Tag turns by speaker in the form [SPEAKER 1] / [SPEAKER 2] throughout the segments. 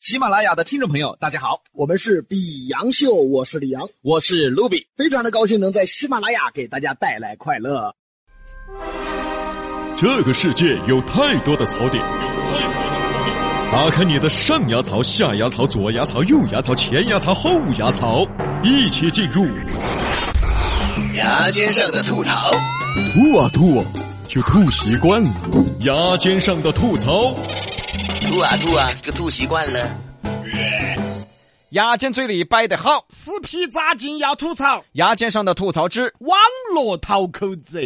[SPEAKER 1] 喜马拉雅的听众朋友，大家好，
[SPEAKER 2] 我们是比杨秀，我是李阳，
[SPEAKER 1] 我是卢比。
[SPEAKER 2] 非常的高兴能在喜马拉雅给大家带来快乐。
[SPEAKER 3] 这个世界有太多的槽点，打开你的上牙槽、下牙槽、左牙槽、右牙槽、前牙槽、后牙槽，一起进入
[SPEAKER 4] 牙尖上的吐槽，
[SPEAKER 3] 吐啊吐啊，就吐习惯了。牙尖上的吐槽，
[SPEAKER 4] 吐啊吐啊，就吐习惯了。
[SPEAKER 5] 牙尖嘴里掰得好，
[SPEAKER 6] 死皮扎筋要吐槽，
[SPEAKER 5] 牙尖上的吐槽之
[SPEAKER 6] 网络讨口子。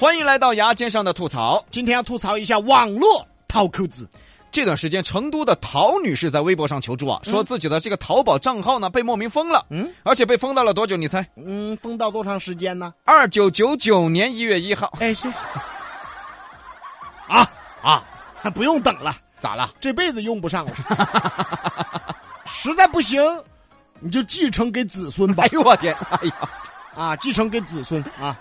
[SPEAKER 5] 欢迎来到牙尖上的吐槽。
[SPEAKER 6] 今天要吐槽一下网络讨口子，
[SPEAKER 5] 这段时间，成都的陶女士在微博上求助啊，说自己的这个淘宝账号呢被莫名封了，
[SPEAKER 6] 嗯
[SPEAKER 5] 嗯，而且被封到了多久？你猜？
[SPEAKER 6] 嗯，封到多长时间呢？
[SPEAKER 5] 二九九九年一月一号。
[SPEAKER 6] 哎，是。啊啊， 不用等了，
[SPEAKER 5] 咋了？
[SPEAKER 6] 这辈子用不 上了。实在不行，你就继承给子孙吧
[SPEAKER 5] 哎。呦我天！哎呀，
[SPEAKER 6] 啊，继承给子孙啊。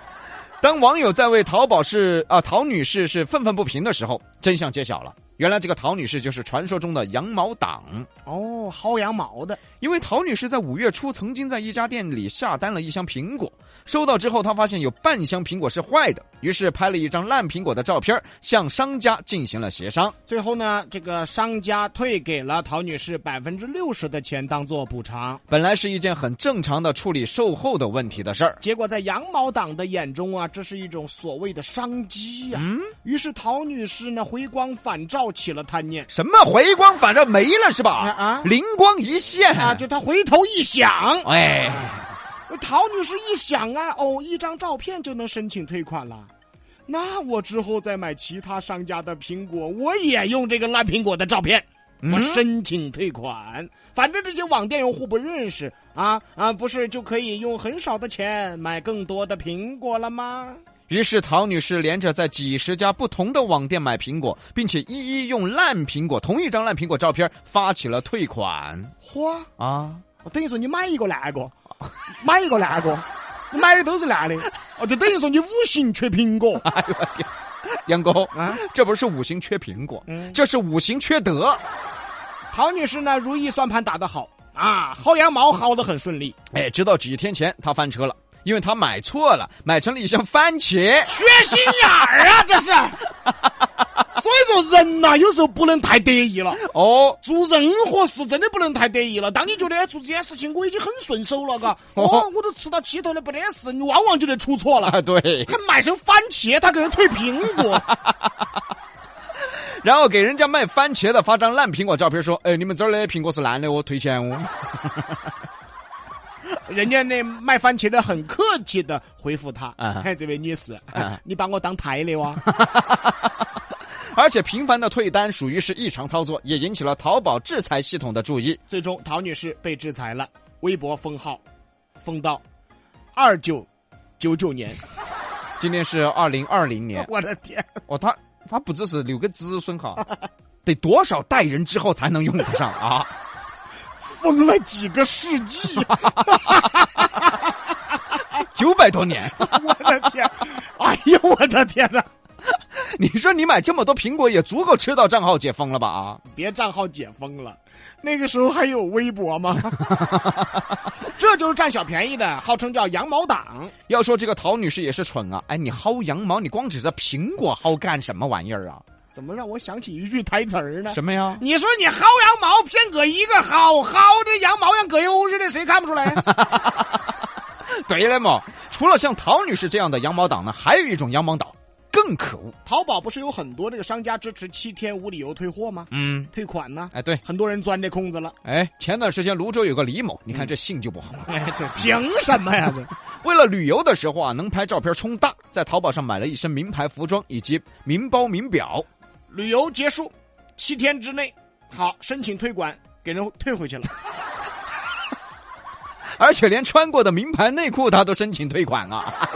[SPEAKER 5] 当网友在为淘宝是啊陶女士是愤愤不平的时候，真相揭晓了，原来这个陶女士就是传说中的羊毛党。
[SPEAKER 6] 哦，薅羊毛的，
[SPEAKER 5] 因为陶女士在五月初曾经在一家店里下单了一箱苹果，收到之后她发现有半箱苹果是坏的，于是拍了一张烂苹果的照片儿，向商家进行了协商。
[SPEAKER 6] 最后呢，这个商家退给了陶女士百分之六十的钱当做补偿。
[SPEAKER 5] 本来是一件很正常的处理售后的问题的事儿，
[SPEAKER 6] 结果在羊毛党的眼中啊，这是一种所谓的商机呀、
[SPEAKER 5] 嗯
[SPEAKER 6] 于是陶女士呢回光返照起了贪念
[SPEAKER 5] 什么回光返照没了是吧？
[SPEAKER 6] 啊啊
[SPEAKER 5] 灵光一现
[SPEAKER 6] 啊，就她回头一想，
[SPEAKER 5] 哎，
[SPEAKER 6] 陶女士一想啊，哦，一张照片就能申请退款了。那我之后再买其他商家的苹果，我也用这个烂苹果的照片，我申请退款。反正这些网店用户不认识啊啊，不是就可以用很少的钱买更多的苹果了吗？
[SPEAKER 5] 于是陶女士连着在几十家不同的网店买苹果，并且一一用烂苹果同一张烂苹果照片儿发起了退款
[SPEAKER 6] 嚯！
[SPEAKER 5] 啊。
[SPEAKER 6] 哦等于说你买一个烂一个，买一个烂一个，你买的都是烂的，哦，就等于说你五行缺苹果
[SPEAKER 5] 哎呦我天，杨哥
[SPEAKER 6] 啊。
[SPEAKER 5] 这不是五行缺苹果，
[SPEAKER 6] 嗯
[SPEAKER 5] 这是五行缺德。
[SPEAKER 6] 陶女士呢，如意算盘打得好啊，薅羊毛薅得很顺利，
[SPEAKER 5] 哎，直到几天前他翻车了，因为他买错了，买成了一箱番茄。
[SPEAKER 6] 缺心眼儿 啊，这是。所以说人呐、有时候不能太得意了，
[SPEAKER 5] 哦，
[SPEAKER 6] 做任何事真的不能太得意了。当你觉得哎做这件事情我已经很顺手了，嘎，哦
[SPEAKER 5] 哦，
[SPEAKER 6] 我都吃到气头了，不得事，你往往就得出错了。
[SPEAKER 5] 啊对，
[SPEAKER 6] 还买成番茄，他给人退苹果，
[SPEAKER 5] 然后给人家卖番茄的发张烂苹果照片，说：“哎，你们这儿的苹果是烂的，我退钱哦。
[SPEAKER 6] 人家那卖番茄的很客气的回复他
[SPEAKER 5] 啊：“
[SPEAKER 6] 哎，这位女士，
[SPEAKER 5] 啊
[SPEAKER 6] 你把我当台了哇？”
[SPEAKER 5] 而且频繁的退单属于是异常操作，也引起了淘宝制裁系统的注意。
[SPEAKER 6] 最终，陶女士被制裁了，微博封号，封到二九九九年。，
[SPEAKER 5] 今天是二零二零年
[SPEAKER 6] 我的天！
[SPEAKER 5] 哦，他他不只是留个子孙哈，得多少代人之后才能用得上啊？
[SPEAKER 6] 封了几个世纪，
[SPEAKER 5] 九百多年。
[SPEAKER 6] 我的天！哎呦，我的天哪！
[SPEAKER 5] 你说你买这么多苹果也足够吃到账号解封了吧？啊，
[SPEAKER 6] 别账号解封了，那个时候还有微博 吗？这就是占小便宜的，号称叫羊毛党。
[SPEAKER 5] 要说这个陶女士也是蠢啊！哎，你薅羊毛，你光指着苹果薅干什么玩意儿啊？
[SPEAKER 6] 怎么让我想起一句台词儿呢？
[SPEAKER 5] 什么呀？
[SPEAKER 6] 你说你薅羊毛，偏搁一个薅，薅这羊毛像葛优似的，谁看不出来？
[SPEAKER 5] 对了嘛，除了像陶女士这样的羊毛党呢，还有一种羊毛党更可恶。
[SPEAKER 6] 淘宝不是有很多这个商家支持七天无理由退货吗？
[SPEAKER 5] 嗯，
[SPEAKER 6] 退款呢？
[SPEAKER 5] 哎对，
[SPEAKER 6] 很多人钻这空子了。
[SPEAKER 5] 哎，前段时间泸州有个李某，你看这性就不好。啊
[SPEAKER 6] 哎，这 凭什么呀？这
[SPEAKER 5] 为了旅游的时候啊，能拍照片充大，在淘宝上买了一身名牌服装以及名包名表。
[SPEAKER 6] 旅游结束七天之内，好申请退款，给人退回 去了。
[SPEAKER 5] 而且连穿过的名牌内裤他都申请退款啊！ 哎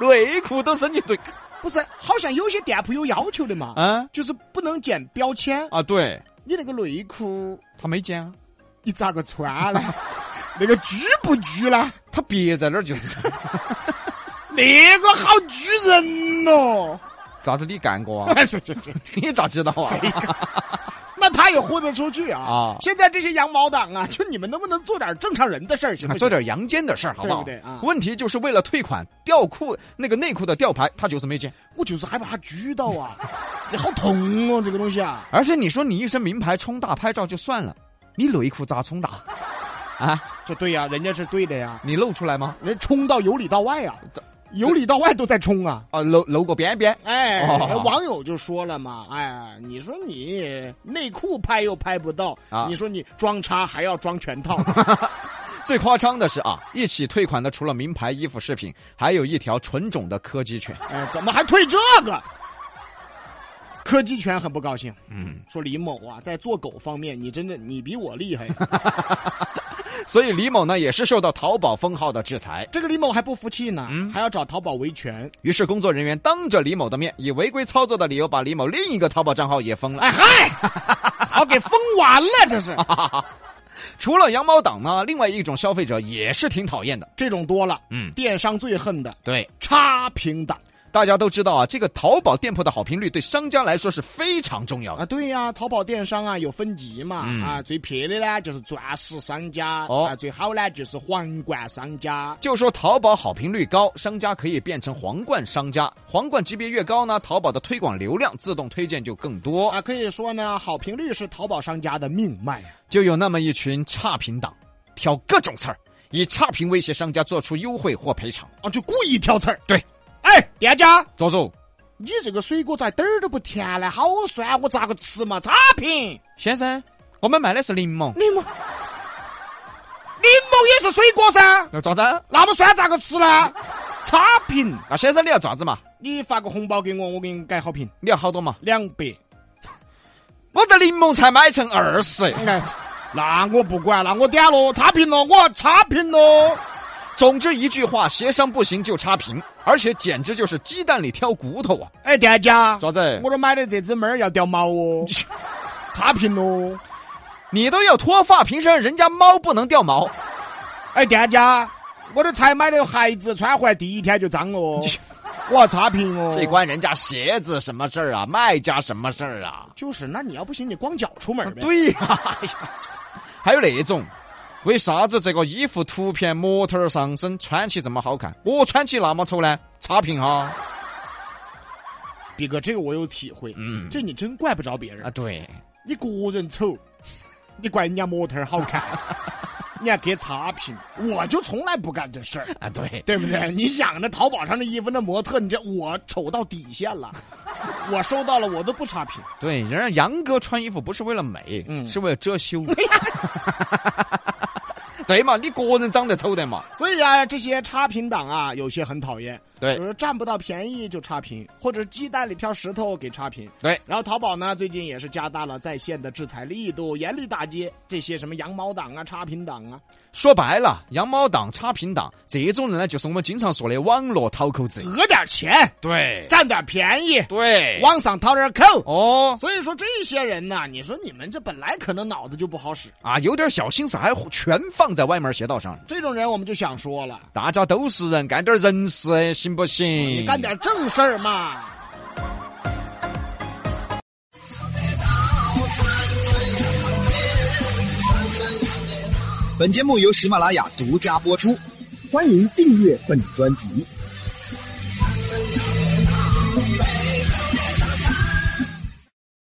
[SPEAKER 5] 呦我天内裤都申请退
[SPEAKER 6] 不是，好像有些店铺有要求的嘛，
[SPEAKER 5] 啊
[SPEAKER 6] 就是不能剪标签。
[SPEAKER 5] 啊！对
[SPEAKER 6] 嗯你那个内裤
[SPEAKER 5] 他没剪啊，
[SPEAKER 6] 你咋个穿 呢？那个拘不拘呢？
[SPEAKER 5] 他别在那儿就是。
[SPEAKER 6] 那个好拘人哦。
[SPEAKER 5] 咋子你干过啊？
[SPEAKER 6] 是是是，
[SPEAKER 5] 你咋知道 啊？
[SPEAKER 6] 那他也豁得出去啊！
[SPEAKER 5] 啊
[SPEAKER 6] 现在这些羊毛党啊，就你们能不能做点正常人的事儿行不行？
[SPEAKER 5] 做点阳间的事儿好不好？
[SPEAKER 6] 对不对啊
[SPEAKER 5] 问题就是为了退款，吊裤那个内裤的吊牌他就是没见，
[SPEAKER 6] 我就是害怕他举到啊，这好疼哦，这个东西啊。
[SPEAKER 5] 而且你说你一身名牌冲大拍照就算了，你内裤咋冲大？ 啊，
[SPEAKER 6] 这对呀、人家是对的呀，
[SPEAKER 5] 你露出来吗？
[SPEAKER 6] 人家冲到由里到外啊
[SPEAKER 5] 这，
[SPEAKER 6] 由里到外都在冲啊。
[SPEAKER 5] 啊，露露个边边。
[SPEAKER 6] 哎，
[SPEAKER 5] 哦
[SPEAKER 6] 网友就说了嘛，哎，你说你内裤拍又拍不到，
[SPEAKER 5] 啊
[SPEAKER 6] 你说你装叉还要装全 套，
[SPEAKER 5] 最夸张的是啊，一起退款的除了名牌衣服饰品，还有一条纯种的柯基犬。
[SPEAKER 6] 哎，怎么还退这个？柯基犬很不高兴，
[SPEAKER 5] 嗯，
[SPEAKER 6] 说李某啊，在做狗方面，你真的你比我厉 害。
[SPEAKER 5] 所以李某呢也是受到淘宝封号的制裁。
[SPEAKER 6] 这个李某还不服气呢，
[SPEAKER 5] 嗯
[SPEAKER 6] 还要找淘宝维权。
[SPEAKER 5] 于是工作人员当着李某的面，以违规操作的理由，把李某另一个淘宝账号也封了。
[SPEAKER 6] 哎嗨，好啊给封完了，这 是
[SPEAKER 5] 除了羊毛党呢，另外一种消费者也是挺讨厌的。
[SPEAKER 6] 这种多了。
[SPEAKER 5] 嗯，
[SPEAKER 6] 电商最恨的
[SPEAKER 5] 对，
[SPEAKER 6] 差评党
[SPEAKER 5] 大家都知道啊，这个淘宝店铺的好评率对商家来说是非常重要的。
[SPEAKER 6] 啊，对呀、淘宝电商啊有分级嘛，
[SPEAKER 5] 嗯
[SPEAKER 6] 啊最便宜的呢就是钻石商家，
[SPEAKER 5] 哦
[SPEAKER 6] 啊最好呢就是皇冠商家。
[SPEAKER 5] 就说淘宝好评率高，商家可以变成皇冠商家，皇冠级别越高呢，淘宝的推广流量自动推荐就更多。
[SPEAKER 6] 啊，可以说呢，好评率是淘宝商家的命脉啊！
[SPEAKER 5] 就有那么一群差评党，挑各种刺儿，以差评威胁商家做出优惠或赔偿。
[SPEAKER 6] 啊，就故意挑刺儿。
[SPEAKER 5] 对，
[SPEAKER 6] 哎，店家，
[SPEAKER 5] 左总
[SPEAKER 6] 你这个水果咋点儿都不甜呢？好酸，我咋个吃嘛？差评！
[SPEAKER 5] 先生，我们卖的是柠檬，
[SPEAKER 6] 柠檬，柠檬也是水果噻，
[SPEAKER 5] 要咋子？
[SPEAKER 6] 那么酸咋个吃呢？差评！
[SPEAKER 5] 那先生你要咋子嘛？
[SPEAKER 6] 你发个红包给我，我给你改好评，
[SPEAKER 5] 你要好多嘛？
[SPEAKER 6] 两百。
[SPEAKER 5] 我的柠檬才买成二十，
[SPEAKER 6] 哎，那我不管了，我点了，差评了，我差评了。
[SPEAKER 5] 总之一句话，协商不行就差评，而且简直就是鸡蛋里挑骨头啊！
[SPEAKER 6] 哎，店家，
[SPEAKER 5] 咋子？
[SPEAKER 6] 我这买的这只猫儿要掉毛哦，差评喽。
[SPEAKER 5] 你都要脱发，凭什么人家猫不能掉毛？
[SPEAKER 6] 哎，店家，我这才买的鞋子穿回来第一天就脏了 哦，我要差评哦。
[SPEAKER 5] 这关人家鞋子什么事儿啊？卖家什么事儿啊？
[SPEAKER 6] 就是，那你要不行，你光脚出门呗。
[SPEAKER 5] 对呀、哎呀， 还有那种，为啥子这个衣服图片模特儿上身穿起这么好看，我穿起那么丑呢？差评哈，
[SPEAKER 6] 比哥，这个我有体会，
[SPEAKER 5] 嗯
[SPEAKER 6] 这你真怪不着别人
[SPEAKER 5] 啊，对，
[SPEAKER 6] 你个人丑，你怪人家模特儿好 看，你还给差评，我就从来不干这事儿。
[SPEAKER 5] 啊对，
[SPEAKER 6] 对不对？你想那淘宝上的衣服，那模特，你这我丑到底线 了，我收到了我都不差评。
[SPEAKER 5] 对，人家杨哥穿衣服不是为了美，
[SPEAKER 6] 嗯
[SPEAKER 5] 是为了遮羞。 对嘛，你个人长得丑的嘛，
[SPEAKER 6] 所以啊，这些差评党啊，有些很讨厌，
[SPEAKER 5] 对
[SPEAKER 6] 比如占不到便宜就差评，或者鸡蛋里挑石头给差评。
[SPEAKER 5] 对，
[SPEAKER 6] 然后淘宝呢，最近也是加大了在线的制裁力度，严厉打击这些什么羊毛党啊、差评党啊。
[SPEAKER 5] 说白了，羊毛党、差评党这种人呢，就是我们经常说的网络讨口子。
[SPEAKER 6] 讹点钱，
[SPEAKER 5] 对，
[SPEAKER 6] 占点便宜，
[SPEAKER 5] 对，
[SPEAKER 6] 往上掏点扣。
[SPEAKER 5] 哦
[SPEAKER 6] 所以说这些人呐、你说你们这本来可能脑子就不好使，
[SPEAKER 5] 啊，有点小心思，还全放在歪门邪道上。
[SPEAKER 6] 这种人我们就想说了。
[SPEAKER 5] 大家都是人，干点人事行不行？
[SPEAKER 6] 哦你干点正事儿嘛。
[SPEAKER 1] 本节目由喜马拉雅独家播出。
[SPEAKER 2] 欢迎订阅本专辑。